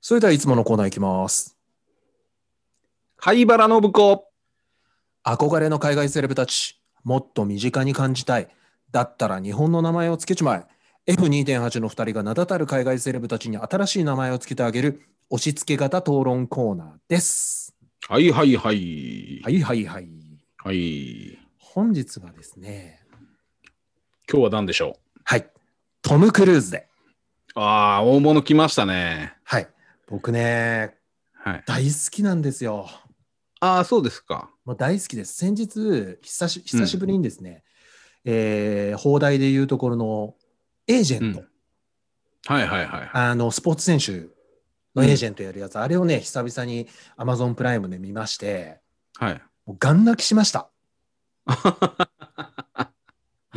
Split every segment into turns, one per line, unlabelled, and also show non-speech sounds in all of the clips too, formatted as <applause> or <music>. それではいつものコーナーいきます。
貝原信子。
憧れの海外セレブたち、もっと身近に感じたい。だったら日本の名前をつけちまえ。F2.8 の2人が名だたる海外セレブたちに新しい名前をつけてあげる押し付け型討論コーナーです。
はいはいはい。
はいはいはい。
はい。
本日がですね、
今日は何でしょ
はい、トム・クルーズで。
うああ、大物来ましたね。
はい、僕ね、
はい。
大好きなんですよ。
ああ、そうですか。
もう大好きです。先日、久し久しぶりにですね、えー放題でいうところのエージェント。
はいはいはい。
あのスポーツ選手のエージェントやるやつ、あれをね、久々に Amazon プライムで見まして、
はい。
もうガン泣きしま
<laughs>
した。い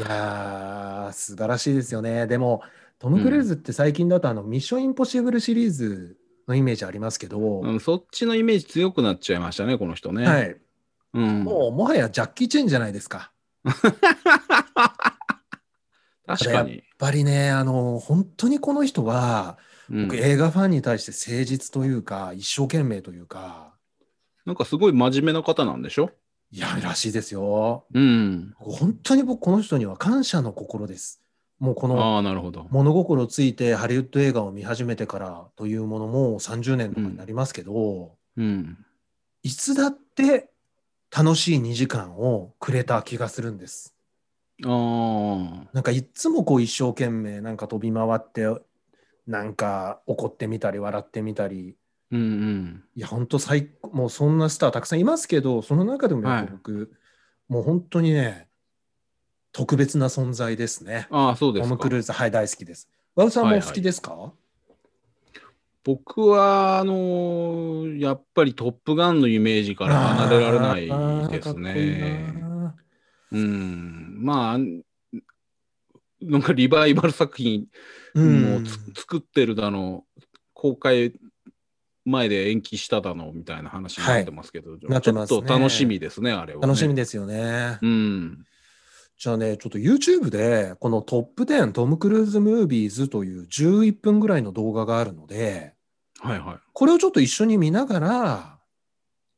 やー、素晴らしいですよね。でも、トム・クルーズって最近だと、あのミッション・インポッシブルシリーズのイメージありますけど、
うん、そっちのイメージ強くなっちゃいましたね、この人ね。。
はいい、
うん、
もうもはやジャッキー・チェンじゃないですか。
確かに。
やっぱりね、あの本当にこの人は、
うん
僕、映画ファンに対して誠実というか、一生懸命というか、
なんかすごい真面目な方なんでしょ
いやらしいですよ。
うん。
本当に僕、この人には感謝の心です。もうこの
ああ、なるほど。
物心ついてハリウッド映画を見始めてからというものも30年とかになりますけど、
うん。
いつだって楽しい2時間をくれた気がするんです。
あ
なんかいっつもこう一生懸命なんか飛び回ってなんか怒ってみたり笑ってみたり
あ。うん
いや本当最高もうそんなスターたくさんいますけどその中でもやっぱ僕、もう本当にね特別な存在ですね。
うん。ああ、そうで
ト
す
ム・
か
ク。ルーズはい大好きです。和田さんもお好きですか、
僕は、あのーやっぱりトップガンのイメージから離れられないです
あー
ね。
かっこいいな
うん。まあ、なんかリバイバル作品
うん、
もうつ、作ってるだの、公開前で延期しただのみたいな話になってますけど、
なっ
ち
て
ょ
ま
っ
すね
と楽しみですね、あれは、ね。
楽しみですよね。
うん。
じゃあね、ちょっと YouTube で、このトップ10トム・クルーズ・ムービーズという11分ぐらいの動画があるので、
はいは
これをちょっと一緒に見ながら、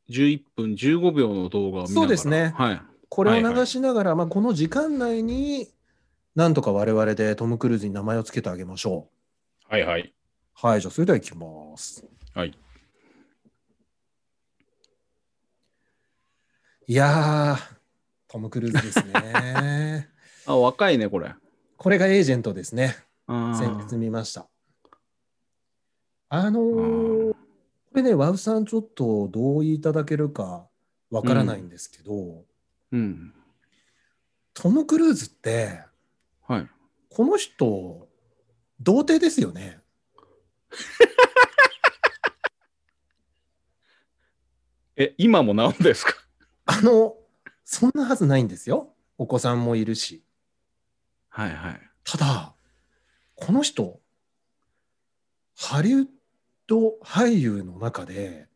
い。11分15秒の動画を見ながら
そうですね
はい。
これを
はいはい
流しながら、まあ、この時間内に、なんとか我々でトム・クルーズに名前を付けてあげましょ
はいはい。
う。はい、じゃあそれでは行きます。
はい。
いやー、トム・クルーズです
<laughs>
ね。
あ、若いね、これ。
これがエージェントですね。
あ
先日
ー
見ました。あの
あ
ー
ー
これね、ワウさん、ちょっと同意いただけるかわからないんですけど、
うん。
トム・クルーズって、
はい。
この人、童貞ですよね。
え、今もなんですか
あの、そんなはずないんですよ。お子さんもいるし。
はいはい。
ただ、この人、ハリウッド俳優の中で、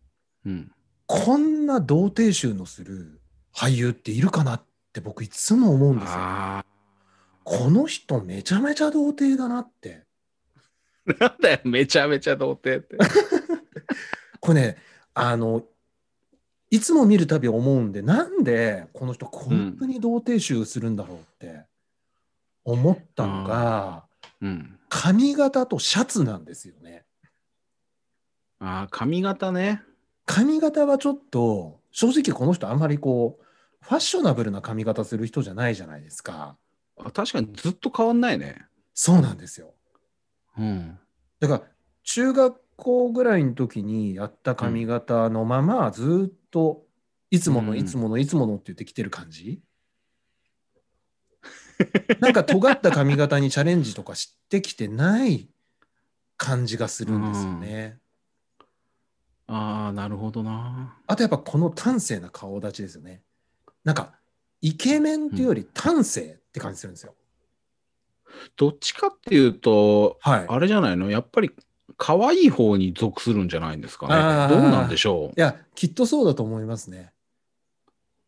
うん。
こんな童貞集のする俳優っているかなって僕いつも思うんですよ。
あ
この人めちゃめちゃ童貞だなって。
あ。 <laughs> なんだよ、めちゃめちゃ童貞って。
これね、あの、いつも見るたび思うんで、なんでこの人こんなに童貞集するんだろうって思ったのが、
うん。
髪型とシャツなんですよね。
ああ、髪型ね。
髪型はちょっと、正直この人あんまりこう、ファッショナブルな髪型する人じゃないじゃないですか。
あ確かにずっと変わんないね。
そうなんですよ。
うん。
だから中学校ぐらいの時にやった髪型のままずっといつも
う
の
ん
いつものいつものって言ってきてる感じ、なんか尖った髪型にチャレンジとかしてきてない感じがするんですよね。
ああ、なるほどな。
あとやっぱこの端正な顔立ちですよね。なんかイケメンっていうより端正って感じするんですよ。
どっちかっていうと、
はい。い
あれじゃないのやっぱり可愛い方に属するんじゃないんですか
あー
ね。どうなんでしょう。
やきっとそうだと思いますね。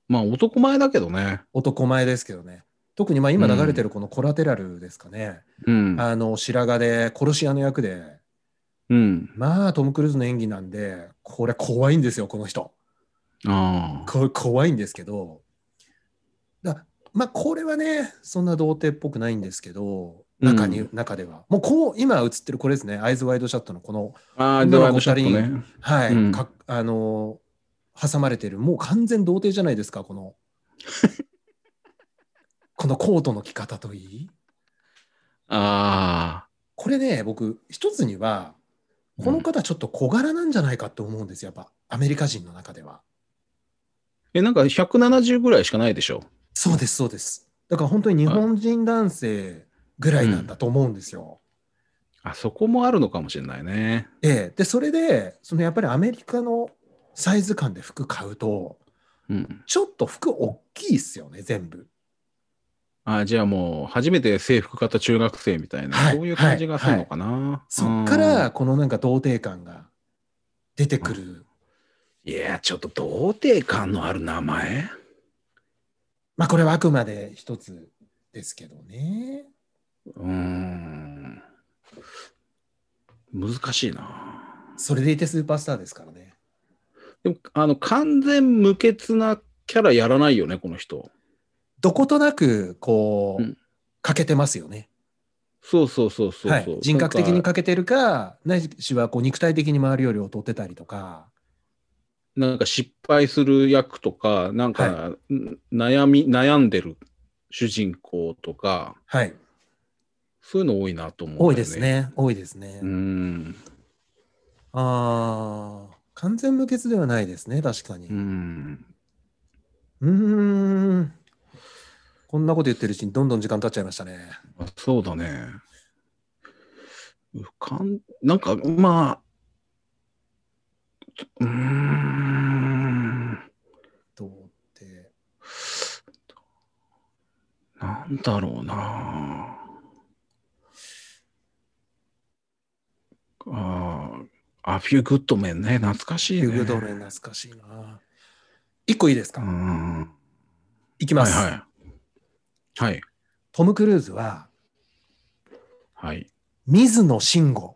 まあ男前だけどね。
男前ですけどね。特にまあ今流れてるこのコラテラルですかね。
うん。
あの白髪で殺し屋の役で
うん。
まあトム・クルーズの演技なんでこれ怖いんですよこの人
ああ。
これ怖いんですけどだまあこれはねそんな童貞っぽくないんですけど中に、
う
中ではもうこう今映ってるこれですねアイズ・ワイド・シャットのこの
ああ、
女
ド
の
ライ
子
ブシャットね。
はい、
うん
かあのー挟まれてるもう完全童貞じゃないですかこ
<laughs>
のこのコートの着方といい
ああ。
これね僕一つにはこの方ちょっと小柄なんじゃないかと思うんですよやっぱアメリカ人の中では
え、なんか170ぐらいしかないでしょ。
そうですそうですだから本当に日本人男性ぐらいなんだと思うんですよ、
あそこもあるのかもしれないね。
ええ、でそれでそのやっぱりアメリカのサイズ感で服買うと
うん。
ちょっと服大きいっすよね全部
ああ、じゃあもう、初めて制服型中学生みたいな、
はい
そういう感じがするのかな。
そっか
う
ら
ん。
このなんか童貞感が出てくる。
いや、ちょっと童貞感のある名前
まあこれはあくまで一つですけどね。
うーん。難しいな。
それでいてスーパースターですからね。
でも、あの、完全無欠なキャラやらないよね、この人。
どことなくこう、
うん
欠けてますよね。
そうそうそうそうそう、
はい、人格的に
なんか
欠けてるか、ないしはこう肉体的に周りより劣ってたりとか。
なんか失敗する役とか、なんか、
は
ん悩み、悩んでる主人公とか、
はい。
そういうの多いなと思う、
多いです。ね。多いですね。
うーん。
ああ、完全無欠ではないですね。確かに。
うーん。
うーん。こんなこと言ってるうちにどんどん時間経っちゃいましたね。
あそうだね。浮かん、なんか、まあ、うーん。
どうって。
なんだろうなあー。あ、フューグッドメンね、懐かしいね。
フグドメ懐かしいな。一個いいです
う
か、
ん。はい
きます、
はい。はい。
トム・クルーズは、
はい。
水野慎吾。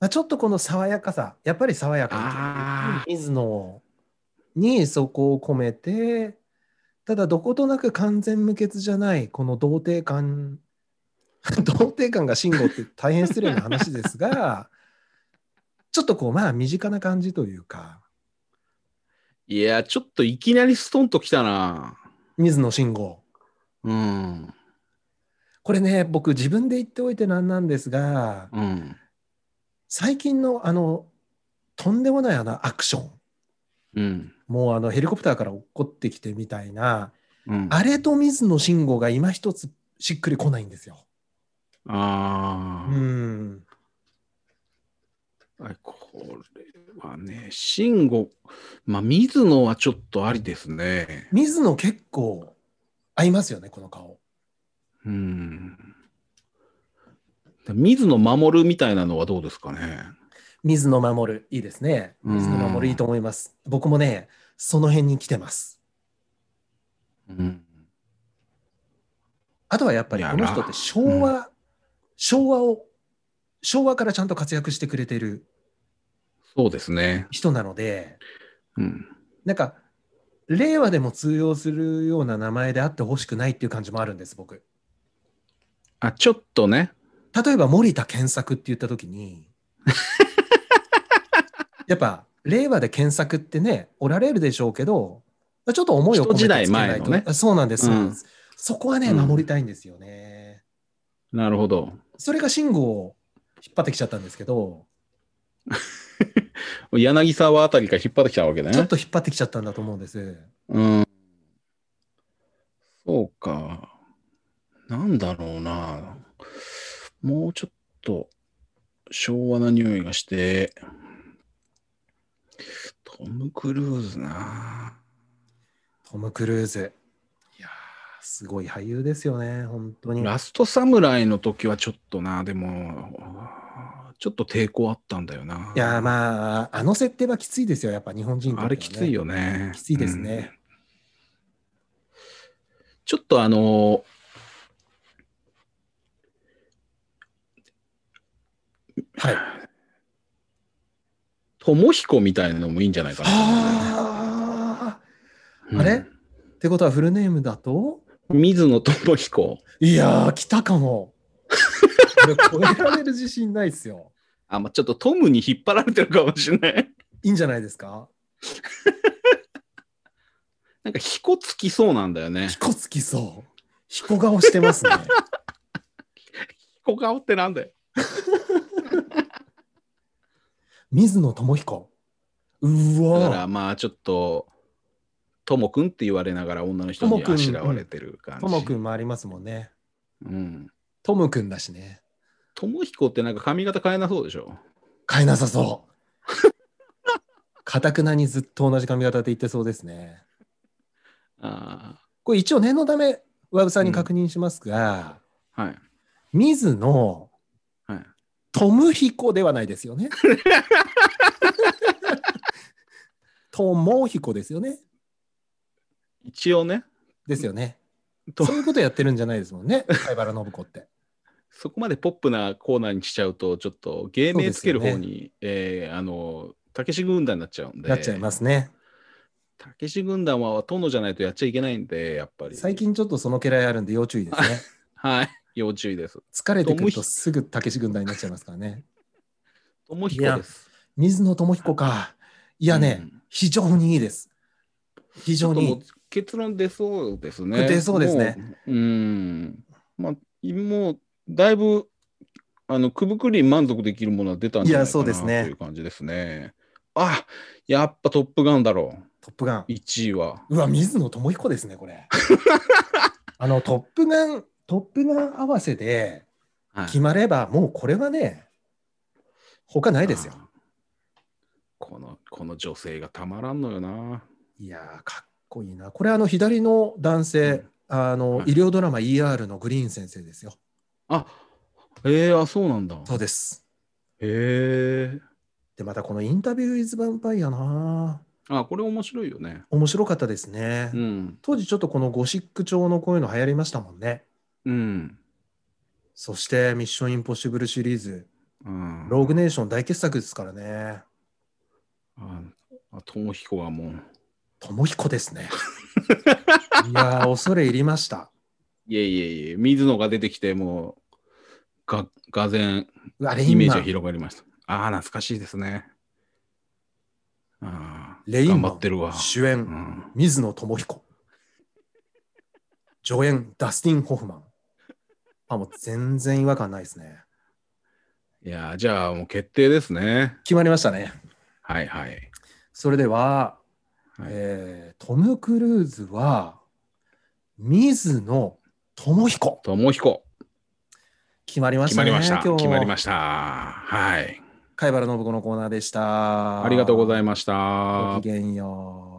まあちょっとこの爽やかさ、やっぱり爽やか
あ
な。水野にそこを込めて、ただどことなく完全無欠じゃない、この童貞感、 <laughs> 童貞感が慎吾って大変失礼な話ですが、ちょっとこう、まあ身近な感じというか、
いや、ちょっといきなりストンときたな。
水野慎吾。
うん。
これね、僕自分で言っておいてなんなんですが、
うん。
最近のあのとんでもないあのアクション
うん。
もうあのヘリコプターから落っこってきてみたいな
うん、あ
あれと水野慎吾が今一つしっくりこないんですよ。う
あー、
ん
あこれはね、慎吾、まあ、水野はちょっとありですね。
水野結構合いますよねこの顔。
うん。水野守るみたいなのはどうですかね。
水野守るいいですね。
うん
水野守るいいと思います。僕もねその辺に来てます。
うん。
あとはやっぱり
いや
この人って昭和、昭和を昭和からちゃんと活躍してくれてる
そうですね。
人なので。
うん。
なんか令和でも通用するような名前であってほしくないっていう感じもあるんです僕
あ、ちょっとね。
例えば森田健作って言った時
<laughs>
にやっぱ令和で検索ってねおられるでしょうけどちょっと思いを込めてつけないと
一時代前のね
あそうなんです、そ
うん
うなんですそこはね
うん
守りたいんですよね、
なるほど。
それが慎吾を引っ張ってきちゃったんですけど
柳沢あたりから引っ張ってきたわけね。
ちょっと引っ張ってきちゃったんだと思うんです
うん。そうか。なんだろうな。もうちょっと昭和な匂いがして。トム・クルーズな。
トム・クルーズいやーすごい俳優ですよね本当に
ラストサムライの時はちょっとな、でも、ちょっと抵抗あったんだよな。
いやーまああの設定はきついですよやっぱ日本人にとっては
あれきついよね。
きついですね
うんちょっとあの、友彦みたいなのもいいんじゃないかなと思うんだよね。
はあ。
うん
あれってことはフルネームだと
水野智彦。
いやー、来たかも。俺超えられる自信ないっすよ。
あ、まあ、ちょっとトムに引っ張られてるかもしれない。 <laughs>
いいんじゃないですか
なんか、彦つきそうなんだよね。
彦つきそう。彦顔してますね。
彦顔ってなんだよ。
水野智彦。う
だか
わ
ら、まあ、ちょっと、ともくんって言われながら女の人
と
に
もくん
あしらわれてる感
ー。
じ。
ともくんもありますもんね。
うん。
ともくんだしね。
ともひこってなんか髪型変えなそうでしょ。
変えなさそう。かたくなにずっと同じ髪型で言ってそうですね。
あ
これ一応念のため、ワブさんに確認しますが、
あ、はい。
水野、
はい、
トムヒコではないですよ
<laughs>
ね。トモヒコですよね。
一応ね、
ですよね。
と
そういうことやってるんじゃないですもんね、貝原信子って。
そこまでポップなコーナーにしちゃうと、ちょっと芸名つける方に、えーあの、たけし軍団になっちゃうんで。
なっちゃいますね。
たけし軍団は殿じゃないとやっちゃいけないんで、やっぱり。
最。近ちょっとその嫌いあるんで要注意ですね。
はい。要注意です。
疲れてくる
ト
と
ムヒ
すぐ武志軍団になっちゃいますからね。
ともひこです。
水野智彦か。いやね、
うん
非常にいいです。非
ち
常
ょっと
にいい
も。
う
結論出そうですね。
出そうですね
もう。うん。まあ、もう、だいぶ、あの、くぶくり満足できるものは出たんじゃない
いやそう
か
で
な
す
と
ね
いう感じですね。あやっぱトップガンだろ
トップガン
う。。1位は。
うわ、水野智彦ですね、こ
<laughs>
れ。あの、トップガン、トップガン合わせで
は
決まれば、もうこれはね、他ないですよ。
あーこの、この女性がたまらんのよな。
いやー、かっこいいな。これ、あの、左の男性、
うん
あの、
はい
医療ドラマ ER のグリーン先生ですよ。
あええあ、そうなんだ。
そうです。
へえ。
で、またこのインタビューイズヴァンパイアな。
あ、これ面白いよね。
面白かったですね。
うん。
当時ちょっとこのゴシック調のこういうの流行りましたもんね。
うん。
そして、ミッションインポッシブルシリーズ、
うん、
ローグネーション大傑作ですからね。
あ、あともひこはもう。
智彦です
<laughs>
ね。いやー、恐れ入りました。
いえいえいえ、水野が出てきて、もう、が、がぜん、
あレイ
イ
ン
メージ
マ
が
ン、
広がりました。ああ、懐かしいですね。ああ、
レイン
頑
マ
張ってるわ
ン。主
う
演、
ん、
水野智彦。助演、ダスティン・ホフマン。あ、もう全然違和感ないですね。
いやー、じゃあもう決定ですね。
決まりましたね。
はいはい。
それでは、
はい
えートム・クルーズは、水野智彦。
ともひこ、
決まりまし
決
た
ま
ね。
りました。
今
決
日
まり
も
ました。はい。
貝原信子のコーナーでした。
ありがとうござ
い
いました。
ごきげんよう。